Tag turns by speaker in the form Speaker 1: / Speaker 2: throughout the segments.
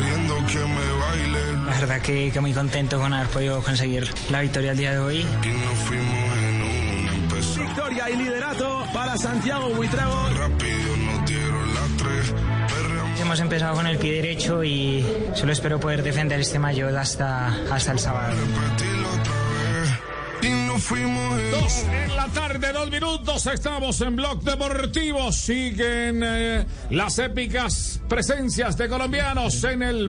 Speaker 1: queriendo que me baile.
Speaker 2: La verdad que, que muy contento con haber podido conseguir la victoria el día de hoy.
Speaker 1: Y nos fuimos en un empezó
Speaker 3: Victoria y liderato para Santiago Buitrago.
Speaker 1: rápido, nos dieron las tres. Perreamos
Speaker 2: Hemos empezado con el pie derecho y solo espero poder defender este maillot hasta, hasta el sábado.
Speaker 1: repetirlo otra vez. Y nos fuimos en un
Speaker 4: Dos en la tarde, dos minutos, estamos en Blog Deportivo. Siguen eh, las épicas presencias de colombianos en el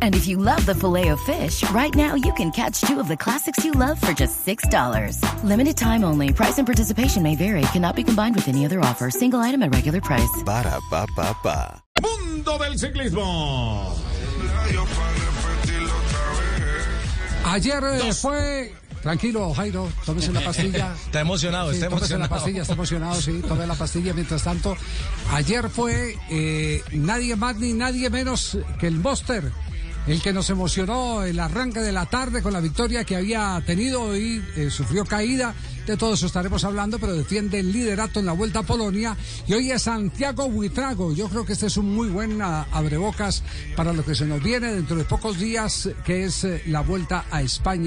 Speaker 5: And if you love the filet of fish, right now you can catch two of the classics you love for just $6. Limited time only. Price and participation may vary. Cannot be combined with any other offer. Single item at regular price.
Speaker 6: Ba-da-ba-ba-ba.
Speaker 4: mundo del ciclismo.
Speaker 1: playo para repetirlo otra vez.
Speaker 7: Ayer eh, fue. Tranquilo, Jairo, tómese la pastilla.
Speaker 8: Está emocionado,
Speaker 7: Sí,
Speaker 8: está
Speaker 7: tómese la
Speaker 8: emocionado.
Speaker 7: pastilla, está emocionado, sí, tome la pastilla. Mientras tanto, ayer fue eh, nadie más ni nadie menos que el Monster, el que nos emocionó el arranque de la tarde con la victoria que había tenido y eh, sufrió caída. De todo eso estaremos hablando, pero defiende el liderato en la Vuelta a Polonia. Y hoy es Santiago Buitrago. Yo creo que este es un muy buen ah, abrebocas para lo que se nos viene dentro de pocos días, que es eh, la Vuelta a España.